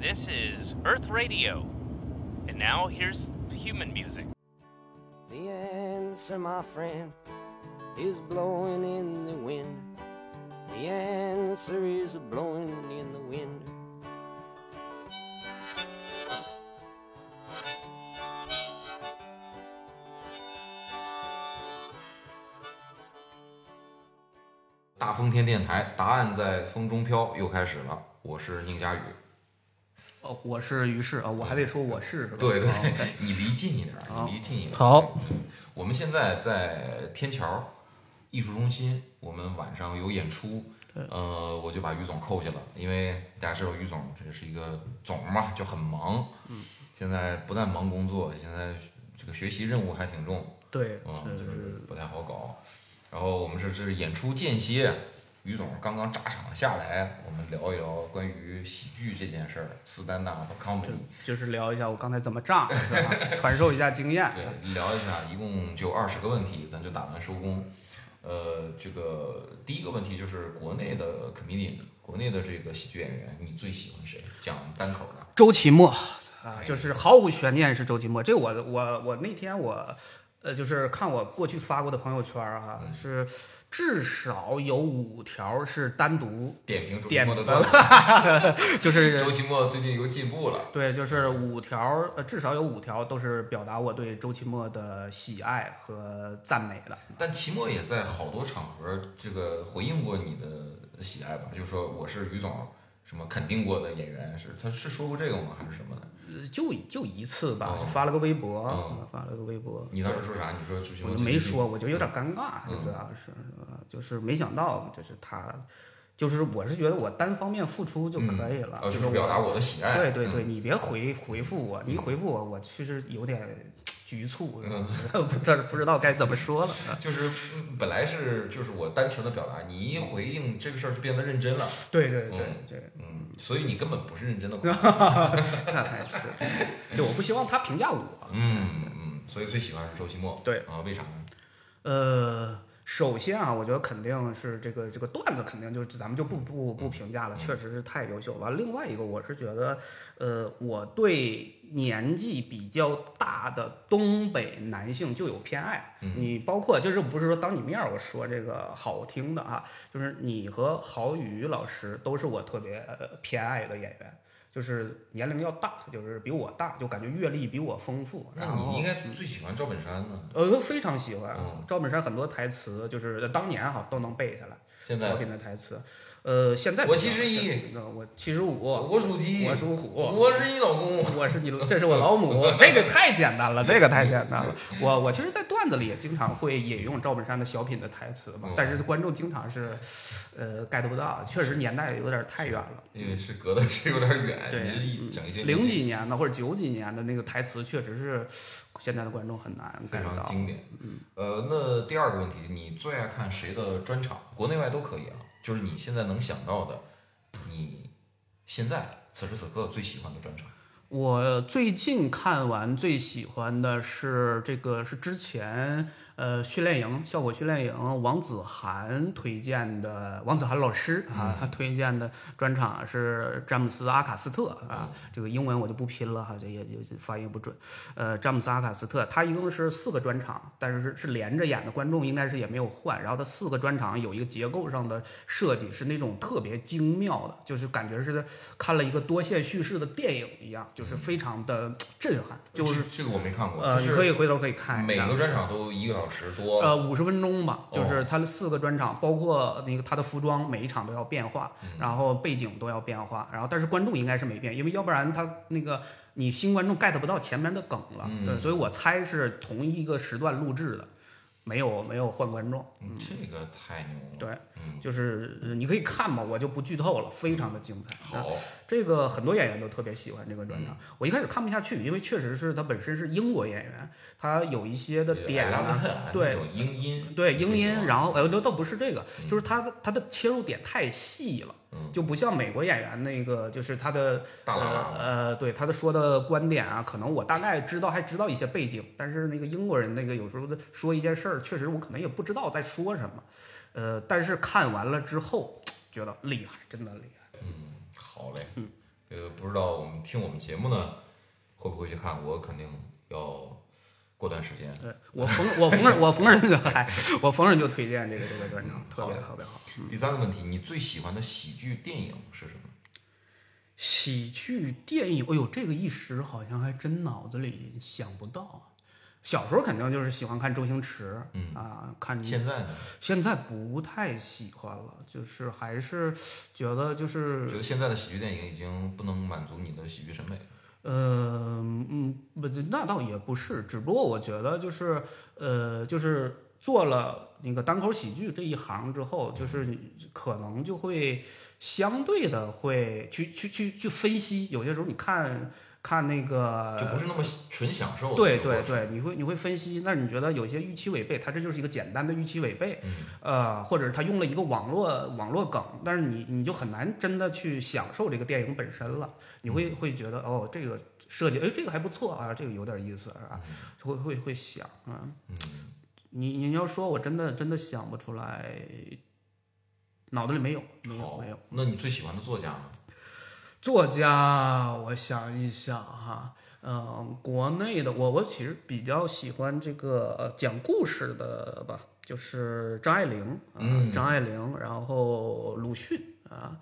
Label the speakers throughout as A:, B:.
A: This is Earth Radio. And now here's human music.
B: The answer, my friend, is blowing in the wind. The answer is blowing in the wind.
C: 大风天电台，答案在风中飘，又开始了。我是宁佳宇。
D: 哦，我是于是啊，我还得说我是是吧？
C: 对对
D: 哦
C: 对
D: ，OK，
C: 你离近一点，你离近一点。
D: 好
C: 对，我们现在在天桥艺术中心，我们晚上有演出。呃，我就把于总扣下了，因为大家知道于总这是一个总嘛，就很忙。嗯，现在不但忙工作，现在这个学习任务还挺重。
D: 对，
C: 嗯，
D: 是
C: 就是不太好搞。然后我们这这是演出间歇，于总刚刚炸场下来，我们聊一聊关于喜剧这件事儿，斯丹纳和 comedy，
D: 就是聊一下我刚才怎么炸，是吧？传授一下经验。
C: 对，聊一下，一共就二十个问题，咱就打算收工。呃，这个第一个问题就是国内的 comedian，国内的这个喜剧演员，你最喜欢谁？讲单口的，
D: 周奇墨啊，就是毫无悬念是周奇墨。这我我我那天我呃，就是看我过去发过的朋友圈儿哈、
C: 嗯
D: 是至少有五条是单独
C: 点评周奇
D: 点
C: 墨的段
D: 的
C: 子。
D: 了，就是
C: 周奇墨最近又进步了，
D: 对，就是五条，呃，至少有五条都是表达我对周奇墨的喜爱和赞美的。
C: 但齐墨也在好多场合这个回应过你的喜爱吧，就说我是于总什么肯定过的演员，是他是说过这个吗？还是什么的？
D: 呃就就一次
C: 哦
D: 吧，就发了个微博，
C: 哦
D: 发了个微博。
C: 你当时说啥？你说周奇墨
D: 我就
C: 最
D: 没
C: 近
D: 说，我就有点尴尬，
C: 嗯
D: 就主要是，呃就是没想到，就是他，就是我是觉得我单方面付出就可以了，
C: 呃，就
D: 我
C: 是表达我的喜爱。
D: 对对对，
C: 嗯，
D: 你别回回复我，你一回复我，我其实有点局促，
C: 嗯
D: 不知道不知道该怎么说了。
C: 就是嗯本来是就是我单纯的表达，你一回应这个事儿就变得认真了，
D: 对对对
C: 嗯
D: 对，
C: 嗯，所以你根本不是认真的。
D: 那还是，就我不希望他评价我。
C: 嗯嗯，所以最喜欢是周奇墨。
D: 对
C: 啊，为啥呢？
D: 呃，首先啊，我觉得肯定是这个这个段子，肯定就是咱们就不不不评价了，确实是太优秀了。另外一个，我是觉得，呃，我对年纪比较大的东北男性就有偏爱。
C: 嗯
D: 你包括就是不是说当你面儿我说这个好听的啊，就是你和郝宇老师都是我特别呃偏爱的演员。就是年龄要大，就是比我大，就感觉阅历比我丰富。然
C: 那啊你
D: 后
C: 应该最喜欢赵本山呢，
D: 呃，非常喜欢
C: 嗯
D: 赵本山很多台词，就是呃当年哈都能背下来，
C: 现在
D: 小品的台词。呃，现在
C: 我
D: 不行
C: 七十一，
D: 现在呃我七十五，
C: 我属鸡，
D: 我属虎，
C: 我是你老公。
D: 我是你，这是我 老母，这个太简单了，这个太简单了。我我其实，在段子里也经常会引用赵本山的小品的台词嘛
C: 嗯，
D: 但是观众经常是，呃，get 不到，确实年代有点太远了。
C: 因为是隔的 是有点远，
D: 对嗯
C: 你这一整一些
D: 零几年的或者九几年的那个台词，确实是现在的观众很难
C: 非
D: get
C: 常
D: 到。嗯
C: 经典。呃，那第二个问题，你最爱看谁的专场？国内外都可以啊，就是你现在能想到的，你现在此时此刻最喜欢的专场。
D: 我最近看完最喜欢的是这个，是之前呃训练营效果训练营王子涵推荐的，王子涵老师啊、他推荐的专场是詹姆斯阿卡斯特啊，这个英文我就不拼了哈，这也也发音不准。呃，詹姆斯阿卡斯特他一共是四个专场，但是是是连着演的，观众应该是也没有换。然后他四个专场有一个结构上的设计是那种特别精妙的，就是感觉是看了一个多线叙事的电影一样，就是非常的震撼。就是
C: 这这个我没看过，
D: 呃，
C: 就
D: 你
C: 是
D: 可以回头可以看
C: 每
D: 一下。
C: 个专场都一个小时多。
D: 呃，五十分钟吧，就
C: 哦
D: 是他的四个专场，包括那个他的服装，每一场都要变化，
C: 嗯
D: 然后背景都要变化，然后但是观众应该是没变，因为要不然他那个你新观众 get 不到前面的梗了，
C: 嗯
D: 对，所以我猜是同一个时段录制的，没有没有换观众，
C: 嗯这个太牛了。
D: 对，
C: 嗯，
D: 就是呃你可以看吧，我就不剧透了，非常的精彩。
C: 好，嗯
D: 这个很多演员都特别喜欢这个专场。我一开始看不下去，因为确实是他本身是英国演员，他有一些的点
C: 拉
D: 啊，对
C: 这种英音，
D: 对
C: 这
D: 英音，
C: 种
D: 然后哎，倒倒不是这个，就是他的他的切入点太细了，
C: 嗯
D: 就不像美国演员那个，就是他的
C: 大喇
D: 呃
C: 叭
D: 呃，对他的说的观点啊，可能我大概知道，还知道一些背景，但是那个英国人那个有时候的说一件事儿，确实我可能也不知道在说什么，呃，但是看完了之后觉得厉害，真的厉害。
C: 好嘞，嗯，呃，不知道我们听我们节目呢，会不会去看？我肯定要过段时间。
D: 对我逢我逢人我逢人就嗨，我逢人就推荐这个这个专场，特别特别好。
C: 第三个问题，你最喜欢的喜剧电影是什么？
D: 喜剧电影，哎呦，这个一时好像还真脑子里想不到。啊小时候肯定就是喜欢看周星驰，
C: 嗯
D: 啊，看
C: 现在呢？
D: 现在不太喜欢了，就是还是觉得
C: 觉
D: 就是
C: 得现在的喜剧电影已经不能满足你的喜剧审美了。
D: 呃嗯不那倒也不是，只不过我觉得就是呃就是做了那个单口喜剧这一行之后，就是你可能就会相对的会去去去去分析，有些时候你看看那个
C: 就不是那么纯享受的一
D: 对
C: 个过
D: 呃对
C: 程，
D: 对，你会你会分析，那你觉得有些预期违背，它这就是一个简单的预期违背，
C: 嗯
D: 呃，或者是他用了一个网络网络梗，但是你你就很难真的去享受这个电影本身了，你会
C: 嗯
D: 会觉得哦，这个设计，哎，这个还不错啊，这个有点意思啊，会会会想啊，
C: 嗯，
D: 你你要说我真的真的想不出来，脑子里没有没有
C: 好
D: 没有。，
C: 那你最喜欢的作家呢？
D: 作家，我想一想哈，嗯、国内的我我其实比较喜欢这个呃讲故事的吧，就是张爱玲，啊，
C: 嗯
D: 张爱玲，然后鲁迅啊，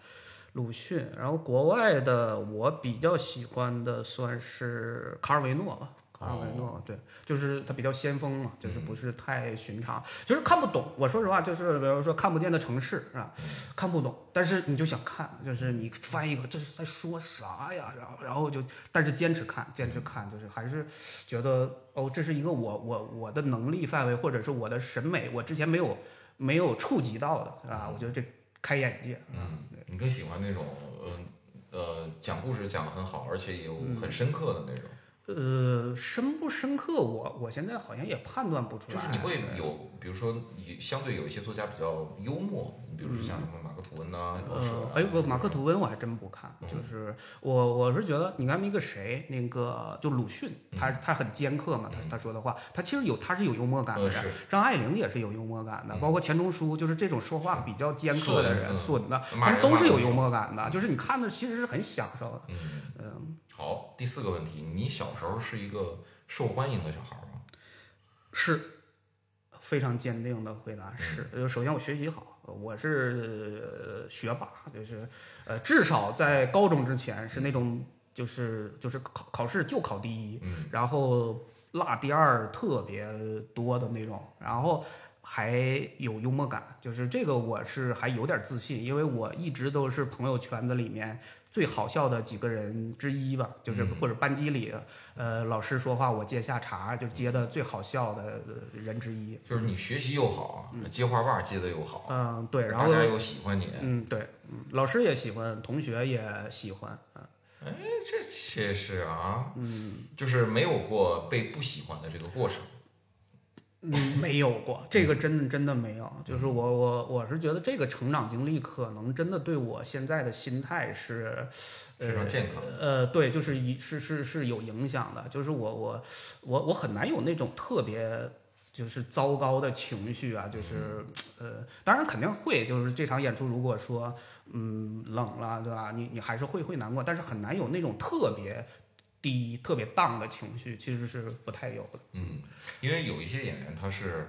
D: 鲁迅，然后国外的我比较喜欢的算是卡尔维诺吧。卡尔维诺，对，就是他比较先锋嘛，就是不是太寻常，就是看不懂。我说实话，就是比如说看不见的城市啊，看不懂，但是你就想看，就是你翻译一个这是在说啥呀？然后然后就，但是坚持看，坚持看，就是还是觉得哦，这是一个我我我的能力范围，或者是我的审美，我之前没有没有触及到的啊，我觉得这开眼界。
C: 嗯，你更喜欢那种呃呃讲故事讲得很好，而且有
D: 嗯
C: 很深刻的那种，
D: 呃，深不深刻我，我现在好像也判断不出
C: 就
D: 来。
C: 是你会
D: 对
C: 有，比如说你相对有一些作家比较幽默，你比如说像什么马克吐温呐、老舍
D: 呃
C: 啊，
D: 哎，不，马克吐温我还真不看，
C: 嗯
D: 就是我我是觉得你看那个谁，那个就鲁迅，
C: 嗯
D: 他他很尖刻嘛，他他说的话，他其实有他是有幽默感的
C: 呃
D: 人
C: 是，嗯
D: 张爱玲也是有幽默感的，包括钱钟书，就是这种说话比较尖刻的
C: 损
D: 人，
C: 嗯
D: 损的，
C: 骂
D: 但
C: 人
D: 是都
C: 骂
D: 是有
C: 得
D: 幽
C: 爽
D: 默感的，就是你看的其实是很享受的，
C: 嗯，
D: 嗯，
C: 好，第四个问题，你小时候是一个受欢迎的小孩吗？
D: 是非常坚定的回答是。呃，首先我学习好，呃我是、呃学霸，就是呃，至少在高中之前是那种就是就是考考试就考第一，
C: 嗯
D: 然后落第二特别多的那种，然后。还有幽默感，就是这个我是还有点自信，因为我一直都是朋友圈子里面最好笑的几个人之一吧，就是
C: 嗯
D: 或者班级里，呃，老师说话我接下茬，就接的最好笑的呃人之一。
C: 就是你学习又好，接话把接的又好，
D: 嗯，对，然
C: 大
D: 后
C: 家又喜欢你，
D: 嗯，对，嗯老师也喜欢，同学也喜欢，啊，
C: 这确实啊，嗯，就是没有过被不喜欢的这个过程。
D: 嗯，没有过，这个真的真的没有。就是
C: 嗯
D: 我我我是觉得这个成长经历可能真的对我现在的心态是，呃
C: 非常健康
D: 呃，对，就是一是是是有影响的。就是我我我我很难有那种特别。就是糟糕的情绪啊，就是
C: 嗯
D: 呃，当然肯定会，就是这场演出如果说嗯冷了，对吧？你你还是会会难过，但是很难有那种特别低、特别荡的情绪，其实是不太有的。
C: 嗯，因为有一些演员他是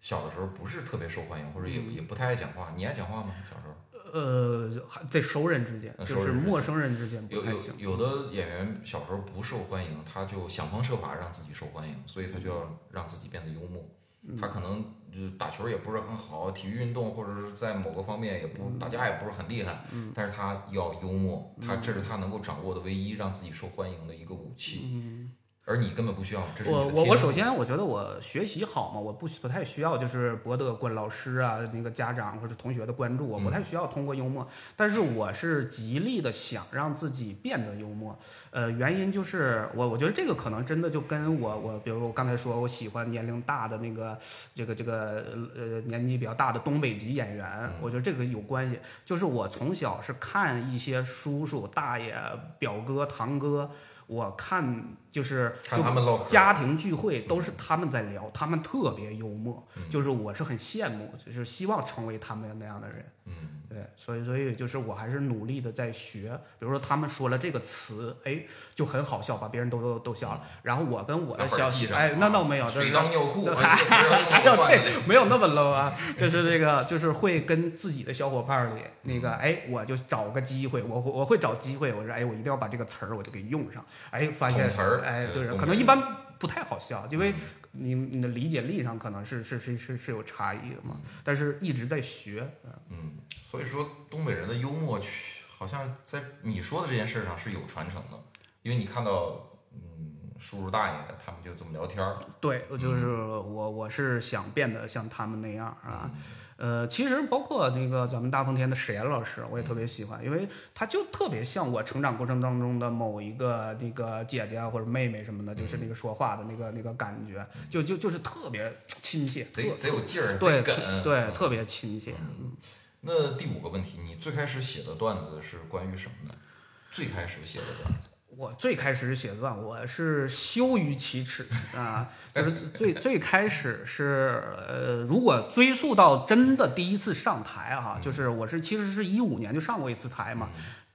C: 小的时候不是特别受欢迎，或者也
D: 嗯
C: 也不太爱讲话。你爱讲话吗？小时候
D: 呃，还得熟人之间，
C: 呃
D: 就
C: 熟
D: 是
C: 人之间
D: 陌生人之间不
C: 有
D: 太
C: 有
D: 行。
C: 有的演员小时候不受欢迎，他就想方设法让自己受欢迎，所以他就要让自己变得幽默。
D: 嗯
C: 他可能就是打球也不是很好，体育运动或者是在某个方面也不
D: 嗯
C: 打架也不是很厉害，但是他要幽默，他这是他能够掌握的唯一让自己受欢迎的一个武器。而你根本不需要，这是你的
D: 嗯我我
C: 天
D: 我
C: 赋
D: 首先我觉得我学习好嘛，我不不太需要就是博得关老师啊、那个家长或者同学的关注，我
C: 嗯
D: 不太需要通过幽默，但是我是极力的想让自己变得幽默。呃，原因就是我我觉得这个可能真的就跟我我比如我刚才说我喜欢年龄大的那个这个这个呃年纪比较大的东北籍演
C: 嗯
D: 员，我觉得这个有关系。就是我从小是看一些叔叔、大爷、表哥、堂哥。我看就是
C: 看
D: 就
C: 他们唠嗑儿
D: 家庭聚会都是他们在聊，他们特别幽默，就是我是很羡慕，就是希望成为他们那样的人。
C: 嗯
D: 对，所以所以就是我还是努力的在学，比如说他们说了这个词，哎，就很好笑，把别人都都都笑了。
C: 嗯
D: 然后我跟我的
C: 把本儿
D: 笑
C: 记，上啊
D: 哎，那倒没有，就是
C: 水当尿裤，哎
D: 还 还 要
C: 这
D: 哎这没有那么 low 啊，就是这个就是会跟自己的小伙伴儿里那个哎，我就找个机会，我会我会找机会，我说哎，我一定要把这个词儿我就给用上，哎，发现
C: 懂词儿
D: 哎，
C: 对
D: 就是
C: 懂
D: 可能
C: 词儿嗯
D: 一般不太好笑，因为你你的理解力上可能是是是是是有差异的嘛，但是一直在学，
C: 嗯，所以说东北人的幽默去，好像在你说的这件事上是有传承的，因为你看到嗯叔叔大爷他们就这么聊天儿，
D: 对，我就是
C: 嗯
D: 我，我是想变得像他们那样啊。呃，其实包括那个咱们大风天的史岩老师，我也特
C: 嗯
D: 别喜欢，因为他就特别像我成长过程当中的某一个那个姐姐啊或者妹妹什么的，就是
C: 嗯
D: 那个说话的那个那个感觉，就就就是特别亲切，特
C: 贼贼有劲儿，贼
D: 对
C: 梗，
D: 对
C: 嗯
D: 特别亲切。
C: 那第五个问题，你最开始写的段子是关于什么呢？最开始写的段子，
D: 我最开始写段，我是羞于启齿啊，就是最最开始是呃，如果追溯到真的第一次上台啊，就是我是其实是一五年就上过一次台嘛，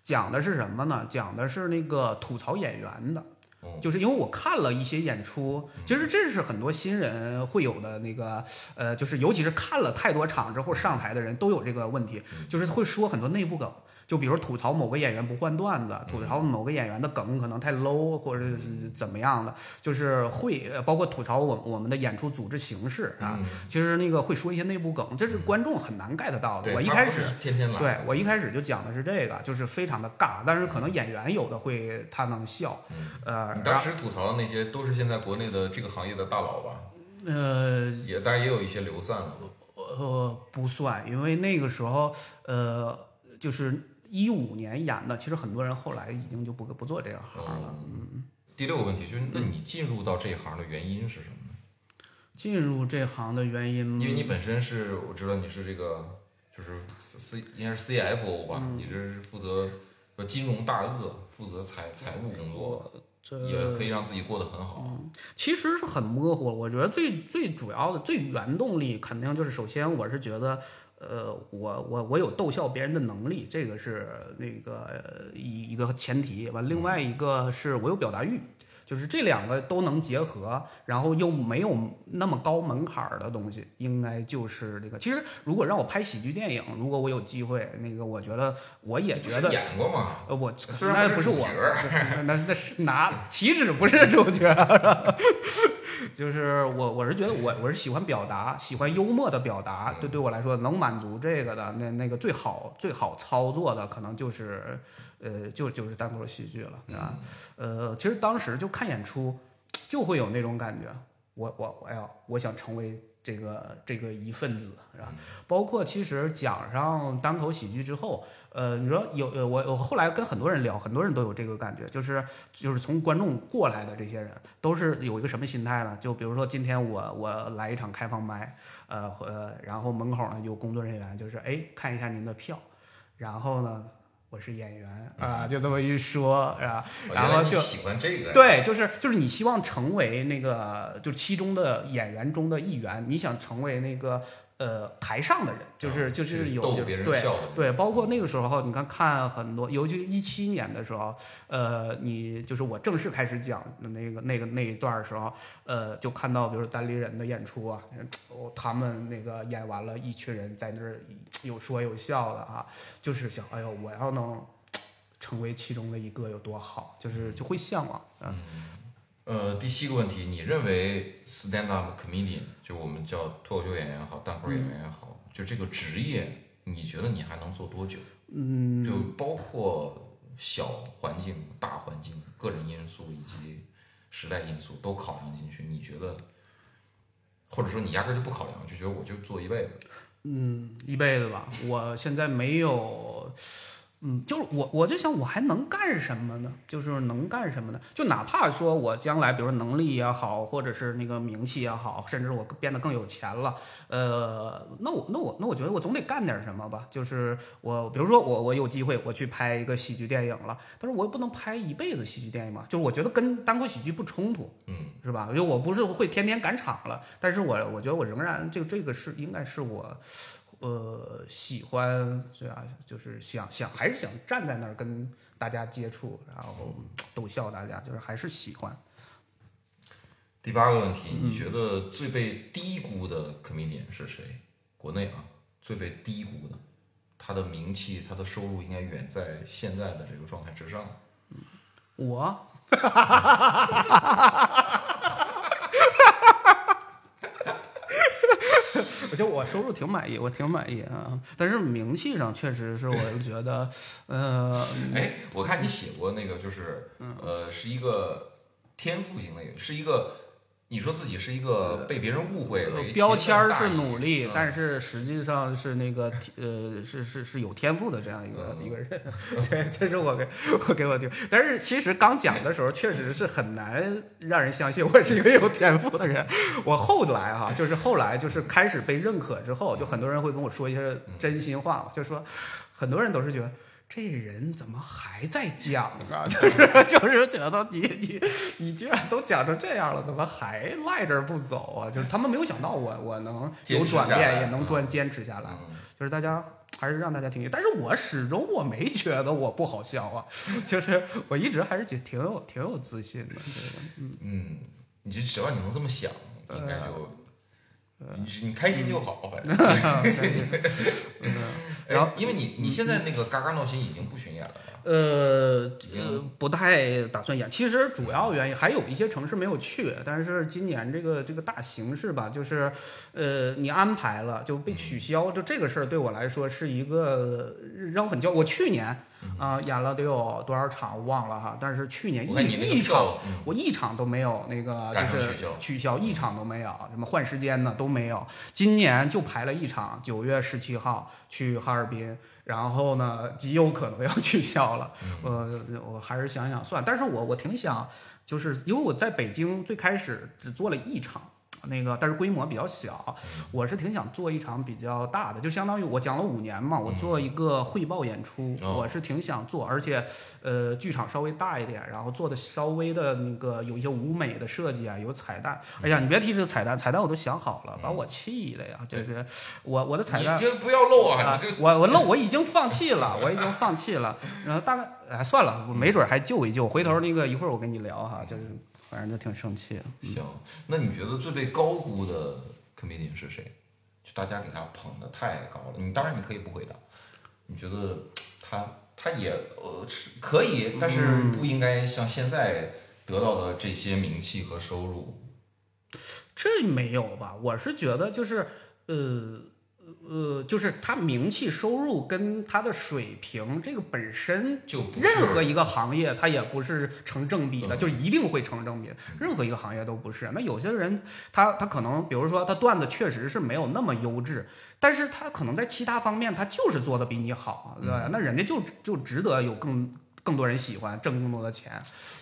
D: 讲的是什么呢？讲的是那个吐槽演员的。
C: 哦嗯
D: 就是因为我看了一些演出，其实这是很多新人会有的那个，呃，就是尤其是看了太多场之后上台的人都有这个问题，
C: 嗯
D: 就是会说很多内部梗，就比如吐槽某个演员不换段子，吐
C: 嗯
D: 槽某个演员的梗可能太 low 或者是怎么样的，就是会呃包括吐槽我我们的演出组织形式啊，
C: 嗯
D: 其实那个会说一些内部梗，这是观众很难 get 到的。
C: 对，
D: 我一
C: 他
D: 开
C: 不
D: 始
C: 是天天来，
D: 对我一开始就讲的是这个，就是非常的尬，但是可能演员有的会他能笑，呃，
C: 你
D: 然
C: 当
D: 后
C: 时吐槽的那些都是现在国内的这个行业的大佬吧？
D: 呃
C: 也当然也有一些流散了，
D: 呃不算，因为那个时候呃就是一五年演的，其实很多人后来已经就不不做这个行了。
C: 嗯，第六个问题就是，那你进入到这一行的原因是什么呢？
D: 进入这行的原因，
C: 因为你本身是我知道你是这个，就是 C C 应该是 CFO 吧，
D: 嗯
C: 你这是负责说金融大鳄，负责财财务工作，
D: 这嗯
C: 也可以让自己过得很好。
D: 其实是很模糊。我觉得最最主要的、最原动力，肯定就是首先我是觉得，呃，我我我有逗笑别人的能力，这个是那个呃一一个前提。完，另外一个是我有表达欲。就是这两个都能结合，然后又没有那么高门槛儿的东西，应该就是这个。其实如果让我拍喜剧电影，如果我有机会，那个我觉得我也
C: 你不
D: 觉
C: 是
D: 得
C: 演过 吗？
D: 呃，我
C: 虽然
D: 那
C: 不
D: 不
C: 是
D: 是
C: 主
D: 我
C: 角，
D: 那那那是拿岂止不是主角，啊就是我我是觉得我我是喜欢表达，喜欢幽默的表达，对对我来说能满足这个的那那个最好最好操作的可能就是呃就就是单口喜剧了，啊，呃，其实当时就看演出就会有那种感觉，我我我要我想成为这个这个一份子，是吧？包括其实讲上单口喜剧之后，呃，你说有呃，我我后来跟很多人聊，很多人都有这个感觉，就是就是从观众过来的这些人，都是有一个什么心态呢？就比如说今天我我来一场开放麦，呃呃，然后门口呢有工作人员，就是哎看一下您的票，然后呢我是演员啊、就这么一说，是吧？
C: 哦
D: 然
C: 原来
D: 后
C: 你
D: 就
C: 喜欢这个，，
D: 对，就是就是你希望成为那个就是其中的演员中的一员，你想成为那个呃台上的人，就是就
C: 去
D: 是有
C: 啊逗
D: 就
C: 别人
D: 对
C: 笑的那种
D: 对，包括那个时候你看看很多，尤其一七年的时候，呃，你就是我正式开始讲的那个那个那一段儿的时候，呃，就看到比如说单立人的演出啊，哦他们那个演完了，一群人在那儿有说有笑的啊，就是想，哎呦，我要能。成为其中的一个有多好，就是就会向往，嗯，
C: 呃，第七个问题，你认为 stand up comedian 就我们叫脱口秀演员也好，单口演员也好，就这个职业，你觉得你还能做多久？嗯，就包括小环境、大环境、个人因素以及时代因素都考量进去，你觉得，或者说你压根儿就不考量，就觉得我就做一辈子，
D: 嗯，一辈子吧。我现在没有，嗯，就是我我就想我还能干什么呢？就是能干什么呢？就哪怕说我将来，比如说能力也好，或者是那个名气也好，甚至我变得更有钱了，呃，那我那我那我觉得我总得干点什么吧。就是我，比如说我我有机会我去拍一个喜剧电影了，但是我也不能拍一辈子喜剧电影嘛。就是我觉得跟单口喜剧不冲突，
C: 嗯，
D: 是吧？就我不是会天天赶场了，但是我我觉得我仍然这个这个是应该是我呃喜欢，对啊，就是想想还是想站在那儿跟大家接触，然后逗笑大家，就是还是喜欢。
C: 第八个问题，你
D: 嗯
C: 觉得最被低估的 comedian 是谁？国内啊，最被低估的，他的名气、他的收入应该远在现在的这个状态之上。
D: 我， 我觉得我收入挺满意，我挺满意啊。但是名气上确实是，我觉得，呃，
C: 哎，我看你写过那个，就是
D: 嗯
C: 呃，是一个天赋型的演员，是一个你说自己是一个被别人误会为
D: 呃标签儿
C: 奇
D: 是
C: 门大
D: 努力，
C: 嗯
D: 但是实际上是那个呃，是是是有天赋的这样一
C: 嗯
D: 个一个人。 对，这是我给我给我听。但是其实刚讲的时候，确实是很难让人相信我是一个有天赋的人。 我后来哈、就是后来就是开始被认可之后，就很多人会跟我说一些真心话，就说很多人都是觉得。这人怎么还在讲啊？ 就是就是觉得你你你居然都讲成这样了，怎么还赖这儿不走啊？就是他们没有想到我我能有
C: 坚持
D: 转
C: 下
D: 变，
C: 来
D: 也能
C: 嗯
D: 转坚持下来。
C: 嗯，
D: 就是大家还是让大家听听。但是我始终我没觉得我不好笑啊， 就是我一直还是觉得挺有挺有自信的。对
C: 嗯，你就只要你能这么想，应该就、
D: 呃
C: 你你开心就好，反正。
D: 吧对嗯
C: 哎
D: 然后
C: 因为你你现在那个嘎嘎闹心已经不巡演了吧？
D: 呃呃，不太打算演。其实主要原因还有一些城市没有去，但是今年这个这个大形势吧，就是呃，你安排了就被取消，就这个事儿对我来说是一个呃让我很焦。我去年啊、演了得有多少场我忘了哈，但是去年
C: 我看你那
D: 一一
C: 个
D: 场
C: 票，嗯
D: 我一场都没有那个，
C: 赶
D: 就
C: 上
D: 是
C: 取消嗯
D: 取消一场都没有，什么换时间的都没有。今年就排了一场，九月十七号去哈尔滨，然后呢，极有可能要取消了。 呃，
C: 嗯
D: 我还是想想算，但是我我挺想，就是因为我在北京最开始只做了一场。那个，但是规模比较小，
C: 嗯
D: 我是挺想做一场比较大的，就相当于我讲了五年嘛，我做一个汇报演出，
C: 嗯哦
D: 我是挺想做，而且呃，剧场稍微大一点，然后做的稍微的那个有一些舞美的设计啊，有彩蛋。哎呀，你别提这彩蛋，彩蛋我都想好了，把我气的呀！就是我我的彩蛋
C: 你这不要漏啊！
D: 啊
C: 你这，
D: 我我漏，我已经放弃了，我已经放弃了。然后大概哎算了，我没准还救一救。回头那个一会儿我跟你聊哈，就是反正就挺生气的。
C: 行，那你觉得最被高估的 comedian 是谁？就大家给他捧的太高了。你当然你可以不回答，你觉得他他也呃是可以，但是
D: 嗯
C: 不应该像现在得到的这些名气和收入。
D: 这没有吧？我是觉得就是，呃呃，就是他名气、收入跟他的水平，这个本身
C: 就不是
D: 任何一个行业，它也不是成正比的，
C: 嗯
D: 就一定会成正比。任何一个行业都不是。那有些人他他可能，比如说他段子确实是没有那么优质，但是他可能在其他方面他就是做的比你好，对吧？那人家就就值得有更更多人喜欢，挣更多的钱。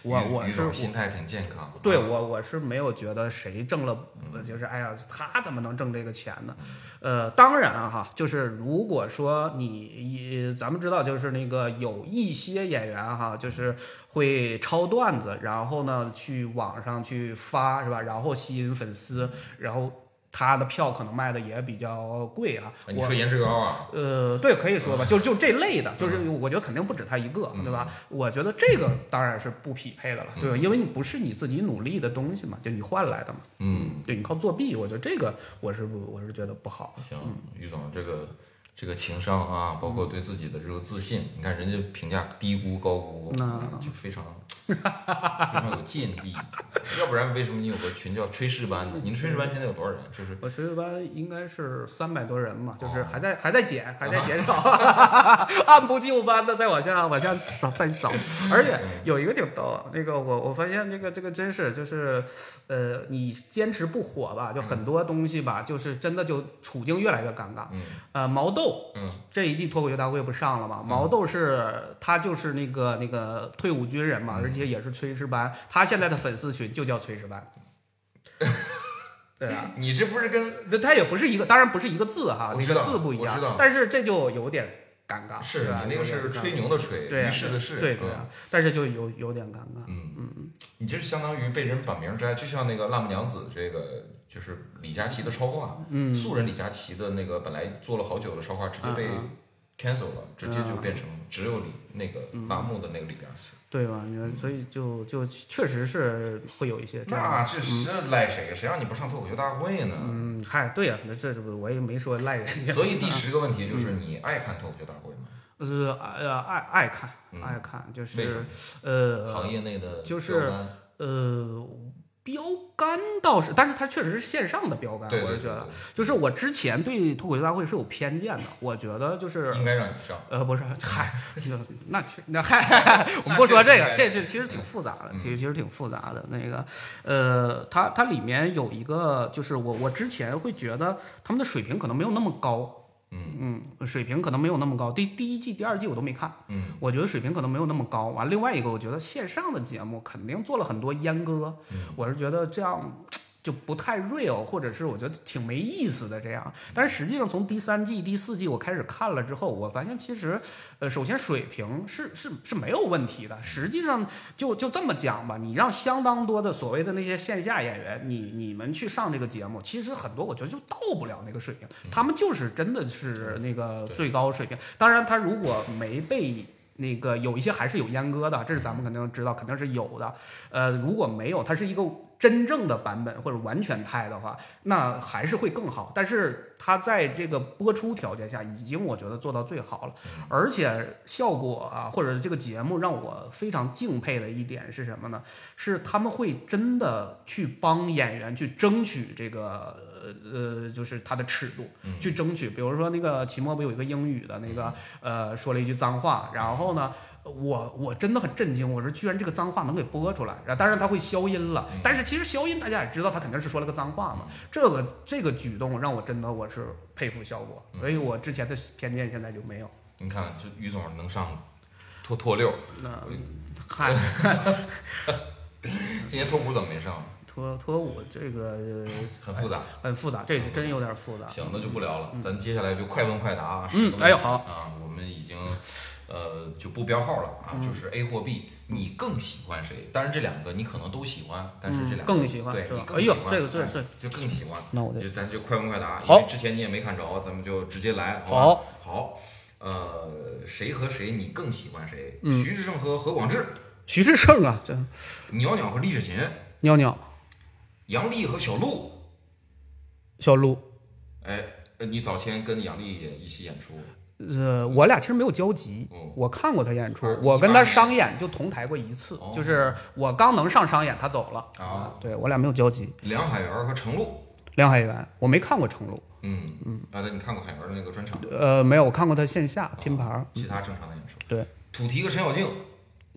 D: 我
C: 于
D: 我
C: 于
D: 是
C: 总
D: 我
C: 心态挺健康。
D: 对
C: 嗯
D: 我我是没有觉得谁挣了，就是哎呀，他怎么能挣这个钱呢？呃，当然哈，就是如果说你，咱们知道就是那个有一些演员哈，就是会抄段子，然后呢去网上去发是吧？然后吸引粉丝，然后他的票可能卖的也比较贵啊。
C: 哎你
D: 我
C: 说颜值高啊？
D: 呃，对，可以说吧，就就这类的，就是我觉得肯定不止他一个，对吧？我觉得这个当然是不匹配的了，对吧？因为你不是你自己努力的东西嘛，就你换来的嘛，
C: 嗯，
D: 对你靠作弊，我觉得这个我是不我是觉得不好。
C: 行，于总这个这个情商啊，包括对自己的这个自信，你看人家评价低估高估，
D: 那
C: 嗯就非常 非常有见地。要不然为什么你有个群叫炊事班呢？你们炊事班现在有多少人？就是哦
D: 我学习班应该是三百多人嘛，就是还在还在减，还
C: 啊
D: 在减少， 按部就班的再往下往下少再少。而且有一个挺逗，那个我我发现这个这个真是就是，呃，你坚持不火吧，就很多东西吧，就是真的就处境越来越尴尬。
C: 嗯
D: 呃，毛豆
C: 嗯
D: 这一季脱口秀大会不上了嘛？毛豆是他就是那个那个退伍军人嘛，而
C: 嗯
D: 且也是炊事班，他现在的粉丝群就叫炊事班。 对啊，
C: 你这不是跟
D: 那它也不是一个，当然不是一个字哈，
C: 我
D: 那
C: 知道
D: 个字不一
C: 我
D: 样
C: 知道，
D: 但是这就有点尴尬，
C: 是
D: 吧？
C: 你那个是吹牛的吹，
D: 对啊
C: 于是的嗯是，
D: 对对啊，但是就有有点尴尬，
C: 嗯嗯，你这相当于被人把名摘，就像那个辣目娘子这个。就是李佳琦的超话，嗯，素人李佳琦的那个本来做了好久的超话，直接被
D: 嗯
C: cancel 了，直接就
D: 嗯
C: 变成只有李那个辣目的那个李佳琦。
D: 对吧？你说，所以就就确实是会有一些这样
C: 那
D: 的。
C: 这是赖谁？谁让你不上脱口秀大会呢？
D: 嗯，嗨，对呀、那这这我也没说赖人 家，
C: 所以第十个问题就是你爱看脱口秀大会吗？
D: 就是呃爱爱看
C: 嗯
D: 爱看，就
C: 为什么
D: 是呃
C: 行业内的
D: 就是
C: 标杆
D: 呃，标杆倒是，但是它确实是线上的标杆，
C: 对
D: 我
C: 对
D: 是觉
C: 对
D: 得
C: 对，
D: 就是我之前对脱口秀大会是有偏见的，我觉得就是。
C: 应该让你上。
D: 呃，不是， 嗨，那那去那嗨，我们不说这个，
C: 那确
D: 这
C: 实
D: 这其实挺复杂的，
C: 嗯
D: 其实其实挺复杂的。那个，呃，它它里面有一个，就是我我之前会觉得他们的水平可能没有那么高，
C: 嗯
D: 嗯，水平可能没有那么高。第第一季、第二季我都没看，
C: 嗯
D: 我觉得水平可能没有那么高。完，另外一个，我觉得线上的节目肯定做了很多阉割，
C: 嗯
D: 我是觉得这样就不太 real，或者是我觉得挺没意思的这样。但是实际上从第三季、第四季我开始看了之后，我发现其实，呃，首先水平是是是没有问题的。实际上就就这么讲吧，你让相当多的所谓的那些线下演员，你你们去上这个节目，其实很多我觉得就到不了那个水平，他们就是真的是那个
C: 嗯对
D: 最高水平。当然，他如果没被。那个有一些还是有阉割的，这是咱们肯定知道，肯定是有的。呃，如果没有，它是一个真正的版本或者完全态的话，那还是会更好。但是它在这个播出条件下，已经我觉得做到最好了，而且效果啊，或者这个节目让我非常敬佩的一点是什么呢？是他们会真的去帮演员去争取这个呃呃，就是他的尺度，
C: 嗯
D: 去争取。比如说那个期末不有一个英语的那个呃，说了一句脏话，然后呢，我我真的很震惊，我说居然这个脏话能给播出来，然后当然他会消音了
C: 嗯，
D: 但是其实消音大家也知道，他肯定是说了个脏话嘛。这个这个举动让我真的我是佩服效果，
C: 嗯
D: 所以我之前的偏见现在就没有。
C: 你看，这于总能上脱脱六，
D: 那
C: 我就
D: 嗨，
C: 今年脱五怎么没上？
D: 脱脱舞这个
C: 很复杂。
D: 很复杂，这是真有点复杂。
C: 行，那就不聊了，咱接下来就快问快答啊。
D: 啊嗯
C: 10个问题
D: 哎呦好
C: 啊，我们已经呃就不标号了
D: 嗯
C: 啊，就是 A 或 B，你更喜欢谁？当然这两个你可能都喜欢，但是这两个
D: 嗯更喜欢
C: 对
D: 是吧
C: 你更
D: 哎
C: 喜
D: 呦
C: 欢，
D: 这个这个
C: 哎
D: 这个
C: 就更喜欢。
D: 那我就
C: 就咱就快问快答，因
D: 好
C: 为之前你也没看着，咱们就直接来，吧
D: 好
C: 好，呃，谁和谁你更喜欢谁？
D: 嗯
C: 徐志胜和何广智，
D: 徐志胜啊，这
C: 鸟鸟和李雪琴，
D: 尿尿
C: 杨笠和小鹿。
D: 小鹿，
C: 哎，呃你早前跟杨笠也一起演出，
D: 呃，我俩其实没有交集
C: 嗯，
D: 我看过他演出
C: 啊，
D: 我跟
C: 18
D: 他
C: 年
D: 商演就同台过一次
C: 哦，
D: 就是我刚能上商演，他走了
C: 啊，
D: 对我俩没有交集。
C: 梁海源和程璐。
D: 梁海源，我没看过程璐，
C: 嗯嗯，啊，对，你看过海源的那个专场，
D: 呃，没有，我看过他线下拼盘儿，
C: 其他正常的演出。
D: 对，
C: 土提和陈小静，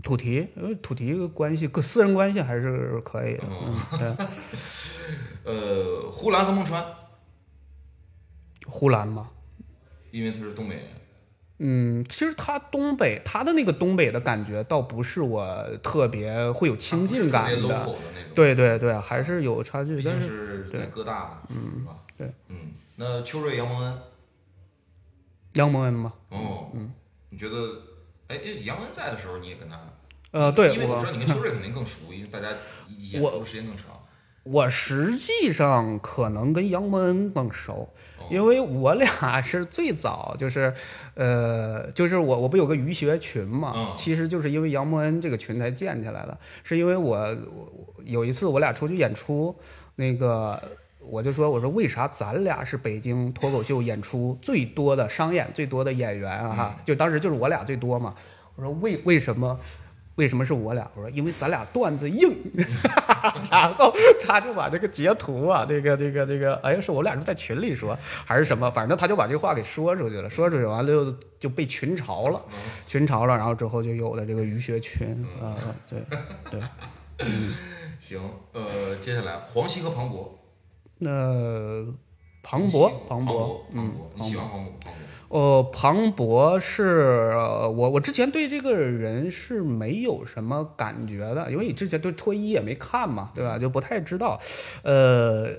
D: 土提，呃，土提关系，个私人关系还是可以的，嗯，对，
C: 呃，呼兰和孟川，
D: 呼兰嘛，
C: 因为他是东北人，
D: 嗯，其实他东北，他的那个东北的感觉，倒不是我特别会有亲近感
C: 特别
D: 的，
C: local 的那种。，
D: 对对对，还是有差距，
C: 毕
D: 但
C: 竟
D: 是
C: 是在哥大，嗯，是吧？
D: 对，
C: 嗯，那邱瑞、杨蒙恩，
D: 杨蒙恩嘛，
C: 哦，嗯，你觉得，哎，哎杨蒙恩在的时候，你也跟他，
D: 呃，对
C: 因为
D: 我
C: 我知道你 跟邱瑞肯定更熟，因为大家演出的时间更长。
D: 我实际上可能跟杨蒙恩更熟
C: 哦，
D: 因为我俩是最早就是，呃，就是我我不有个鱼学群嘛
C: 嗯，
D: 其实就是因为杨蒙恩这个群才建起来的，是因为我我我有一次我俩出去演出，那个我就说我说为啥咱俩是北京脱口秀演出最多的商演最多的演员啊哈，就当时就是我俩最多嘛，我说为为什么？为什么是我俩？我说因为咱俩段子硬，然后他就把这个截图啊，这个这个这个，哎，是我们俩是在群里说还是什么？反正他就把这话给说出去了，说出去完了就就被群嘲了，群嘲了，然后之后就有了这个鱼学群啊、呃对对。
C: 行，呃，接下来黄西和庞博，
D: 那庞
C: 西
D: 博，
C: 庞
D: 庞博，
C: 庞
D: 嗯
C: 博，，你喜欢庞博？庞博，
D: 呃，庞博是呃我我之前对这个人是没有什么感觉的，因为你之前对脱衣也没看嘛，对吧？就不太知道。呃，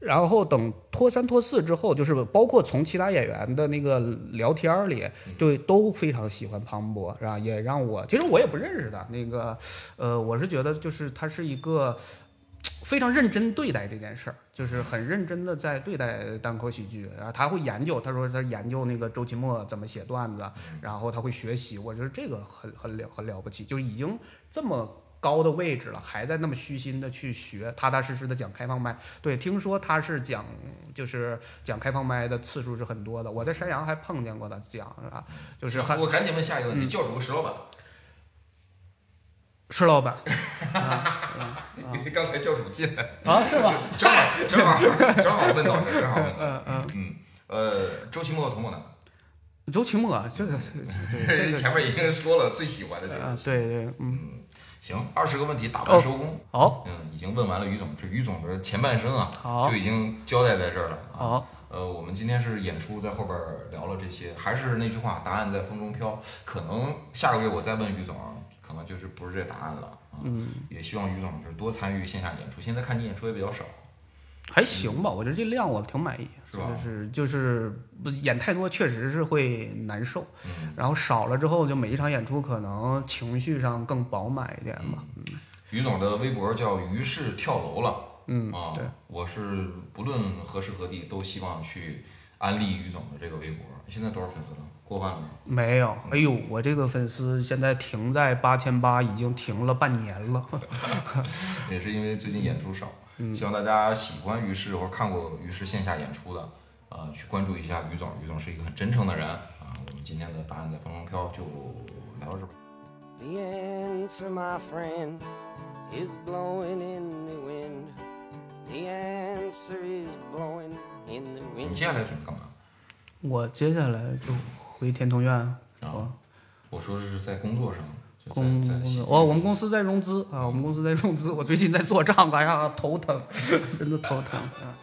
D: 然后等脱三脱四之后，就是包括从其他演员的那个聊天儿里，就都非常喜欢庞博，是吧？也让我其实我也不认识他，那个呃，我是觉得就是他是一个非常认真对待这件事儿，就是很认真的在对待单口喜剧，然后他会研究，他说他研究那个周奇墨怎么写段子，然后他会学习，我觉得这个很很了很了不起，就是已经这么高的位置了，还在那么虚心的去学，踏踏实实的讲开放麦。对，听说他是讲就是讲开放麦的次数是很多的，我在山羊还碰见过他讲啊，就是嗯很
C: 我赶紧问下一个问题，教主和石老板，
D: 石老板
C: 刚才教主进来，
D: 啊，是吧？
C: 正好正好正好问到这儿，正好问到这儿，嗯呃，周奇墨和童梦楠，
D: 周奇墨这个这个这个
C: 前面已经说了最喜欢的这
D: 啊
C: 个，，
D: 对哦对，嗯，
C: 行，二十个问题打半收工，
D: 好，
C: 嗯，已经问完了于总，这于总的前半生啊，
D: 好
C: 就已经交代在这儿了啊。
D: 好，
C: 呃，我们今天是演出，在后边儿聊了这些，还是那句话，答案在风中飘。可能下个月我再问于总啊，可能就是不是这答案了啊。嗯，也希望于总就是多参与线下演出。现在看你演出也比较少，
D: 还行吧，我觉得这量我挺满意，
C: 是吧
D: 就是就是不演太多确实是会难受，
C: 嗯，
D: 然后少了之后就每一场演出可能情绪上更饱满一点吧，
C: 于总的微博叫“于是跳楼了”。
D: 嗯
C: 啊，
D: 对，
C: 我是不论何时何地都希望去安利于总的这个微博。现在多少粉丝了？过万了吗？
D: 没有，
C: 嗯
D: 哎呦，我这个粉丝现在停在八千八，已经停了半年了，
C: 也是因为最近演出少，
D: 嗯
C: 希望大家喜欢于适或者看过于适线下演出的，呃，去关注一下于总。于总是一个很真诚的人啊。我们今天的答案在风中飘就聊到这儿吧。
B: The answer, my friend, is blowing in the wind. The answer is blowing in the
C: 你
B: wind.
C: 接下来准备干嘛？
D: 我接下来就回天通苑，
C: 啊
D: 啊，
C: 我说是在工作上，就在
D: 公
C: 在戏剧
D: 哦我我们公司 在融资啊，我们公司在融资，我最近在做账，哎呀，头疼，真的头疼啊。